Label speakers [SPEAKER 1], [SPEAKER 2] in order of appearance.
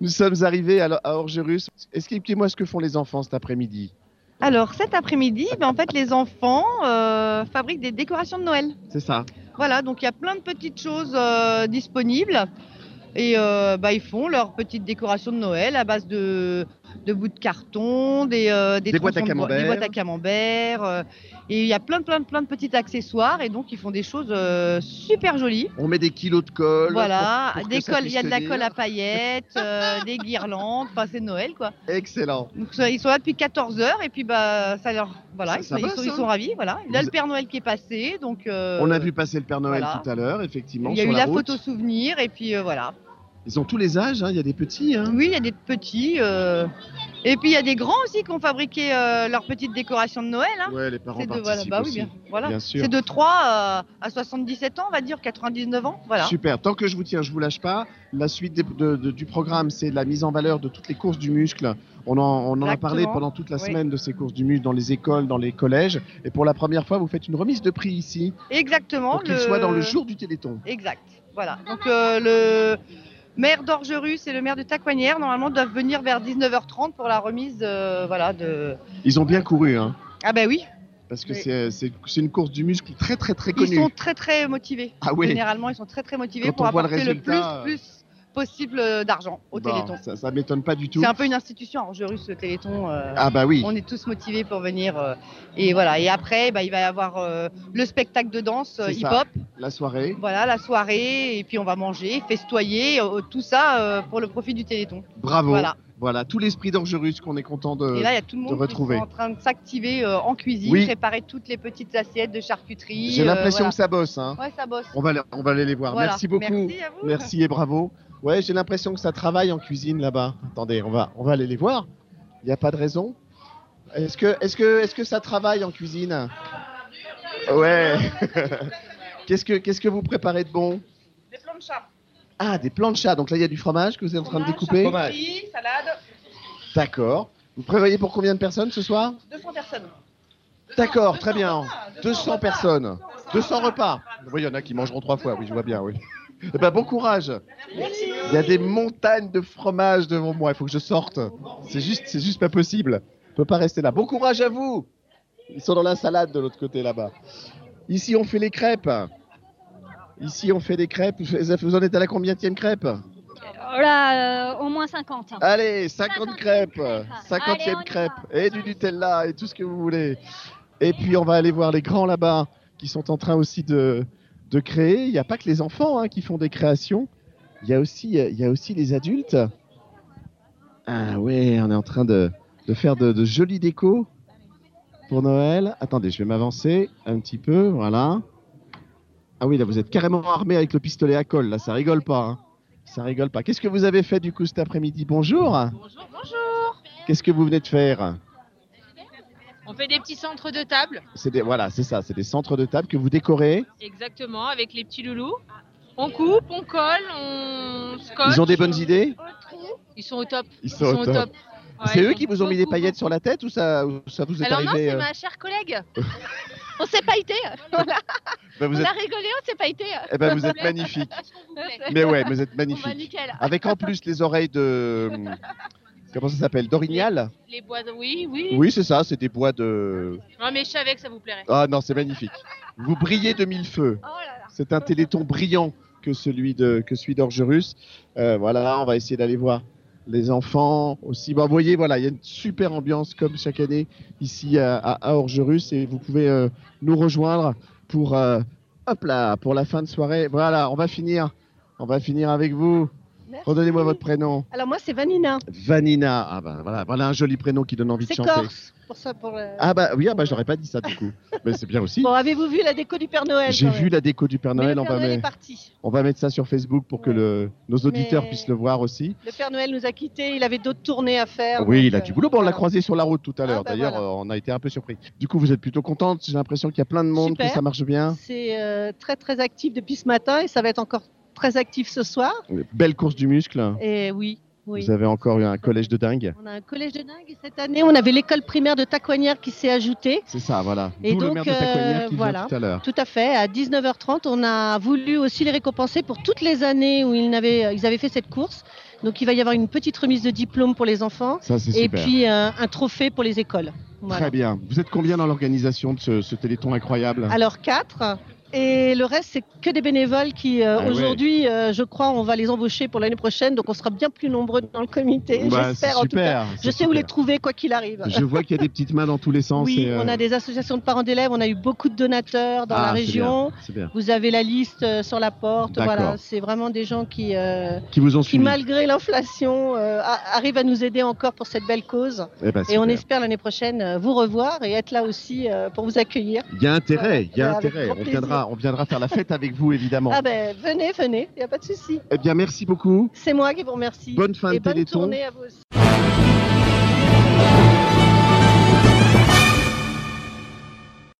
[SPEAKER 1] Nous sommes arrivés à, à Orgerus. Expliquez-moi ce que font les enfants cet après-midi.
[SPEAKER 2] Alors cet après-midi, ben, en fait, les enfants euh, fabriquent des décorations de Noël.
[SPEAKER 1] C'est ça.
[SPEAKER 2] Voilà, donc il y a plein de petites choses euh, disponibles. Et euh, bah, ils font leurs petites décorations de Noël à base de, de bouts de carton, des, euh,
[SPEAKER 1] Des boîtes à
[SPEAKER 2] tronçons de bois- des
[SPEAKER 1] camembert.
[SPEAKER 2] boîtes à camembert. euh, et il y a plein, de- plein, de- plein de petits accessoires. Et donc, ils font des choses euh, super jolies.
[SPEAKER 1] On met des kilos de colle.
[SPEAKER 2] voilà,
[SPEAKER 1] Euh, pour que
[SPEAKER 2] Des
[SPEAKER 1] ça
[SPEAKER 2] colles- il
[SPEAKER 1] puisse
[SPEAKER 2] y a de la
[SPEAKER 1] tenir.
[SPEAKER 2] colle à paillettes, euh, des guirlandes. Enfin, c'est Noël, quoi.
[SPEAKER 1] Excellent.
[SPEAKER 2] Donc, ça, ils sont là depuis 14 heures. Et puis, bah, ça leur. Voilà,
[SPEAKER 1] Ça-
[SPEAKER 2] ils,
[SPEAKER 1] ça
[SPEAKER 2] sont,
[SPEAKER 1] va,
[SPEAKER 2] ils sont-
[SPEAKER 1] ça
[SPEAKER 2] ils sont ravis. Voilà. Il y a
[SPEAKER 1] Vous-
[SPEAKER 2] le Père Noël qui est passé. Donc, euh,
[SPEAKER 1] On a vu passer le Père Noël
[SPEAKER 2] voilà.
[SPEAKER 1] tout à l'heure, effectivement.
[SPEAKER 2] Il y a
[SPEAKER 1] sur
[SPEAKER 2] eu la,
[SPEAKER 1] route.
[SPEAKER 2] photo souvenir. Et puis, euh, voilà.
[SPEAKER 1] Ils ont tous les âges, hein, il y a des petits. hein.
[SPEAKER 2] Oui, il y a des petits. euh, Et puis il y a des grands aussi qui ont fabriqué euh, leurs petites décorations de Noël. hein.
[SPEAKER 1] Ouais, les parents
[SPEAKER 2] C'est de,
[SPEAKER 1] participent
[SPEAKER 2] voilà, bah oui,
[SPEAKER 1] aussi.
[SPEAKER 2] bien, voilà.
[SPEAKER 1] Bien sûr.
[SPEAKER 2] C'est de 3 euh, à 77 ans, on va dire, 99 ans. Voilà.
[SPEAKER 1] Super. Tant que je vous tiens, je vous lâche pas. La suite des- de- de- du programme, c'est la mise en valeur de toutes les courses du muscle. On en, on en a
[SPEAKER 2] Exactement.
[SPEAKER 1] parlé pendant toute la
[SPEAKER 2] Oui.
[SPEAKER 1] semaine de ces courses du muscle dans les écoles, dans les collèges. Et pour la première fois, vous faites une remise de prix ici
[SPEAKER 2] Exactement.
[SPEAKER 1] pour qu'il soit dans le jour du Téléthon.
[SPEAKER 2] Exact. Voilà. Donc euh, le maire d'Orgerus et le maire de Tacoignières, normalement, doivent venir vers 19h30 pour la remise euh, voilà, de.
[SPEAKER 1] Ils ont bien couru, hein,
[SPEAKER 2] Ah, ben oui.
[SPEAKER 1] parce que
[SPEAKER 2] Oui.
[SPEAKER 1] c'est- c'est c'est une course du muscle très très très
[SPEAKER 2] Ils
[SPEAKER 1] connue.
[SPEAKER 2] sont très, très motivés.
[SPEAKER 1] ah oui.
[SPEAKER 2] Généralement, ils sont très, très motivés
[SPEAKER 1] Quand
[SPEAKER 2] pour
[SPEAKER 1] on voit le
[SPEAKER 2] apporter le,
[SPEAKER 1] résultat,
[SPEAKER 2] plus, plus possible euh, d'argent au
[SPEAKER 1] Bon,
[SPEAKER 2] Téléthon.
[SPEAKER 1] Bah, ça, ça m'étonne pas du tout.
[SPEAKER 2] C'est un peu une institution, Orgerus, le Téléthon. euh,
[SPEAKER 1] Ah bah oui.
[SPEAKER 2] On est tous motivés pour venir. euh, et voilà. Et après, bah, il va y avoir euh, le spectacle de danse euh,
[SPEAKER 1] C'est ça.
[SPEAKER 2] hip-hop.
[SPEAKER 1] La soirée.
[SPEAKER 2] Voilà, la soirée. Et puis on va manger, festoyer, euh, tout ça euh, pour le profit du Téléthon.
[SPEAKER 1] Bravo. Voilà.
[SPEAKER 2] Voilà.
[SPEAKER 1] tout l'esprit d'Orgerus qu'on est content de.
[SPEAKER 2] et là, il y a tout le monde qui
[SPEAKER 1] retrouver.
[SPEAKER 2] est en train de s'activer euh, en cuisine,
[SPEAKER 1] Oui.
[SPEAKER 2] préparer toutes les petites assiettes de charcuterie.
[SPEAKER 1] J'ai
[SPEAKER 2] euh,
[SPEAKER 1] l'impression
[SPEAKER 2] voilà.
[SPEAKER 1] que ça bosse. Hein.
[SPEAKER 2] Ouais, ça bosse.
[SPEAKER 1] On va, les- on va aller les voir.
[SPEAKER 2] Voilà.
[SPEAKER 1] Merci beaucoup.
[SPEAKER 2] Merci à vous.
[SPEAKER 1] Merci et bravo. Ouais, j'ai l'impression que ça travaille en cuisine là-bas. Attendez, on va, on va aller les voir. Il n'y a pas de raison. Est-ce que, est-ce que, est-ce que ça travaille en cuisine Ouais. qu'est-ce que, qu'est-ce que vous préparez de bon
[SPEAKER 3] Des plans de chat.
[SPEAKER 1] Ah, des planchas. Donc là, il y a du fromage que vous êtes en train de
[SPEAKER 3] Fromage,
[SPEAKER 1] découper.
[SPEAKER 3] charcuterie, salade,
[SPEAKER 1] D'accord. Vous prévoyez pour combien de personnes ce soir
[SPEAKER 3] 200 personnes.
[SPEAKER 1] D'accord,
[SPEAKER 3] 200,
[SPEAKER 1] très bien.
[SPEAKER 3] repas,
[SPEAKER 1] 200
[SPEAKER 3] repas.
[SPEAKER 1] personnes. 200 repas. Oui, il y en a qui mangeront trois fois. Oui, je vois bien. Oui. Eh ben, bon courage.
[SPEAKER 3] Merci.
[SPEAKER 1] Il y a des montagnes de fromage devant moi. Il faut que je sorte. C'est juste, c'est juste pas possible. Je peux pas rester là. Bon courage à vous. Ils sont dans la salade de l'autre côté là-bas. Ici, on fait les crêpes. Ici, on fait des crêpes. Vous en êtes à la combienième crêpe
[SPEAKER 3] Ah.
[SPEAKER 4] Oh là, euh, au moins 50. hein.
[SPEAKER 1] Allez, 50 crêpes.
[SPEAKER 4] 50e
[SPEAKER 1] 50e crêpes.
[SPEAKER 4] crêpe.
[SPEAKER 1] Et du Nutella et tout ce que vous voulez. Et puis, on va aller voir les grands là-bas qui sont en train aussi de, de créer. Il n'y a pas que les enfants hein, qui font des créations. Il y a aussi, euh, il y a aussi les adultes. Ah ouais, on est en train de, de faire de, de jolies décos pour Noël. Attendez, je vais m'avancer un petit peu. Voilà. Ah oui, là, vous êtes carrément armé avec le pistolet à colle. Là, ça rigole pas. hein. Ça rigole pas. Qu'est-ce que vous avez fait du coup cet après-midi Bonjour.
[SPEAKER 5] Bonjour, bonjour.
[SPEAKER 1] Qu'est-ce que vous venez de faire
[SPEAKER 5] On fait des petits centres de table,
[SPEAKER 1] C'est des, voilà, c'est ça, c'est des centres de table que vous décorez.
[SPEAKER 5] exactement, avec les petits loulous. On coupe, on colle, on scotche.
[SPEAKER 1] Ils ont des bonnes idées.
[SPEAKER 5] Ils sont au top.
[SPEAKER 1] Ils
[SPEAKER 5] Ils sont au top. Ouais,
[SPEAKER 1] C'est
[SPEAKER 5] ils
[SPEAKER 1] eux
[SPEAKER 5] sont
[SPEAKER 1] qui vous ont mis des
[SPEAKER 5] beaucoup,
[SPEAKER 1] paillettes
[SPEAKER 5] beaucoup.
[SPEAKER 1] sur la tête ou ça, ou ça vous est
[SPEAKER 5] Alors non,
[SPEAKER 1] arrivé
[SPEAKER 5] c'est
[SPEAKER 1] euh,
[SPEAKER 5] ma chère collègue. on s'est pas été.
[SPEAKER 1] bah, vous
[SPEAKER 5] On
[SPEAKER 1] êtes,
[SPEAKER 5] a rigolé, on s'est pas été.
[SPEAKER 1] eh ben, vous êtes magnifique. Mais ouais, vous êtes magnifique.
[SPEAKER 5] nickel.
[SPEAKER 1] Avec en plus les oreilles de comment ça s'appelle d'orignal.
[SPEAKER 5] Les bois, de- oui, oui.
[SPEAKER 1] Oui, c'est ça, c'est des bois de.
[SPEAKER 5] Non, mais je savais que ça vous plairait.
[SPEAKER 1] Ah non, c'est magnifique. Vous brillez de mille feux.
[SPEAKER 5] Oh là là.
[SPEAKER 1] C'est un téléthon brillant que celui de que celui d'Orgerus. Euh, voilà, on va essayer d'aller voir les enfants aussi. Bon, vous voyez, voilà, il y a une super ambiance comme chaque année ici à, à- à Orgerus et vous pouvez euh, nous rejoindre pour euh, hop là pour la fin de soirée. Voilà, on va finir, on va finir avec vous.
[SPEAKER 2] Merci.
[SPEAKER 1] Redonnez-moi votre prénom.
[SPEAKER 2] Alors, moi, c'est Vanina.
[SPEAKER 1] Vanina. Ah ben voilà, voilà un joli prénom qui donne envie de
[SPEAKER 3] C'est
[SPEAKER 1] chanter.
[SPEAKER 3] corse. Pour ça, pour
[SPEAKER 2] euh,
[SPEAKER 3] le-
[SPEAKER 1] Ah bah oui, ah bah j'aurais pas dit ça du coup. Mais c'est bien aussi.
[SPEAKER 3] Bon, avez-vous vu la déco du Père Noël
[SPEAKER 1] J'ai
[SPEAKER 3] quand même
[SPEAKER 1] vu la déco du Père
[SPEAKER 3] Mais
[SPEAKER 1] Noël,
[SPEAKER 3] le
[SPEAKER 1] on
[SPEAKER 3] Père
[SPEAKER 1] va
[SPEAKER 3] Noël
[SPEAKER 1] mettre-
[SPEAKER 3] est parti.
[SPEAKER 1] on va mettre ça sur Facebook pour que
[SPEAKER 3] Ouais.
[SPEAKER 1] le- nos auditeurs
[SPEAKER 3] Mais-
[SPEAKER 1] puissent le voir aussi.
[SPEAKER 3] Le Père Noël nous a quittés. Il avait d'autres tournées à faire.
[SPEAKER 1] Oui,
[SPEAKER 3] donc,
[SPEAKER 1] il a
[SPEAKER 3] euh,
[SPEAKER 1] du boulot. Bon, on l'a
[SPEAKER 3] voilà.
[SPEAKER 1] croisé sur la route tout à
[SPEAKER 3] Ah,
[SPEAKER 1] l'heure.
[SPEAKER 3] bah
[SPEAKER 1] D'ailleurs,
[SPEAKER 3] voilà.
[SPEAKER 1] euh, on a été un peu surpris. Du coup, vous êtes plutôt contente. J'ai l'impression qu'il y a plein de monde,
[SPEAKER 3] Super.
[SPEAKER 1] que ça marche bien.
[SPEAKER 3] C'est euh, très très actif depuis ce matin et ça va être encore très actif ce soir.
[SPEAKER 1] Belle course du muscle.
[SPEAKER 3] Et oui, oui.
[SPEAKER 1] Vous avez encore eu un collège de dingue.
[SPEAKER 3] On a un collège de dingue et cette année on avait l'école primaire de Tacoignères qui s'est ajoutée.
[SPEAKER 1] C'est ça, voilà.
[SPEAKER 3] Et
[SPEAKER 1] D'où le
[SPEAKER 3] donc,
[SPEAKER 1] maire de Tacoignac
[SPEAKER 3] euh,
[SPEAKER 1] qui vient
[SPEAKER 3] voilà.
[SPEAKER 1] tout à l'heure.
[SPEAKER 3] Tout à fait. À 19h30, on a voulu aussi les récompenser pour toutes les années où ils avaient, ils avaient fait cette course. Donc il va y avoir une petite remise de diplôme pour les enfants
[SPEAKER 1] Ça, c'est
[SPEAKER 3] et
[SPEAKER 1] super.
[SPEAKER 3] puis euh, un, un trophée pour les écoles. Voilà.
[SPEAKER 1] Très bien. Vous êtes combien dans l'organisation de ce, ce téléthon incroyable
[SPEAKER 3] Alors quatre. Et le reste, c'est que des bénévoles qui, euh,
[SPEAKER 1] Ah ouais.
[SPEAKER 3] aujourd'hui, euh, je crois, on va les embaucher pour l'année prochaine. Donc, on sera bien plus nombreux dans le comité.
[SPEAKER 1] Bah, c'est
[SPEAKER 3] J'espère, en tout cas.
[SPEAKER 1] super.
[SPEAKER 3] Je sais
[SPEAKER 1] c'est
[SPEAKER 3] où les
[SPEAKER 1] super.
[SPEAKER 3] trouver, quoi qu'il arrive.
[SPEAKER 1] Je vois qu'il y a des petites mains dans tous les sens.
[SPEAKER 3] Oui,
[SPEAKER 1] et, euh,
[SPEAKER 3] on a des associations de parents d'élèves. On a eu beaucoup de donateurs dans
[SPEAKER 1] ah,
[SPEAKER 3] la
[SPEAKER 1] c'est
[SPEAKER 3] région.
[SPEAKER 1] bien, C'est bien.
[SPEAKER 3] Vous avez la liste euh, sur la porte.
[SPEAKER 1] D'accord.
[SPEAKER 3] Voilà, c'est vraiment des gens qui, euh,
[SPEAKER 1] Qui vous ont
[SPEAKER 3] qui
[SPEAKER 1] suivi.
[SPEAKER 3] malgré l'inflation, euh, a- arrivent à nous aider encore pour cette belle cause.
[SPEAKER 1] Eh ben,
[SPEAKER 3] Et on
[SPEAKER 1] super.
[SPEAKER 3] espère l'année prochaine euh, vous revoir et être là aussi euh, pour vous accueillir.
[SPEAKER 1] Il y a intérêt, il y a
[SPEAKER 3] Avec
[SPEAKER 1] intérêt.
[SPEAKER 3] grand
[SPEAKER 1] On viendra, on viendra faire la fête avec vous, évidemment.
[SPEAKER 3] Ah ben, venez, venez, il n'y a pas de souci.
[SPEAKER 1] Eh bien, merci beaucoup.
[SPEAKER 3] C'est moi qui vous remercie.
[SPEAKER 1] Bonne fin
[SPEAKER 3] et
[SPEAKER 1] de
[SPEAKER 3] bonne
[SPEAKER 1] Téléthon.
[SPEAKER 3] tournée à vous aussi.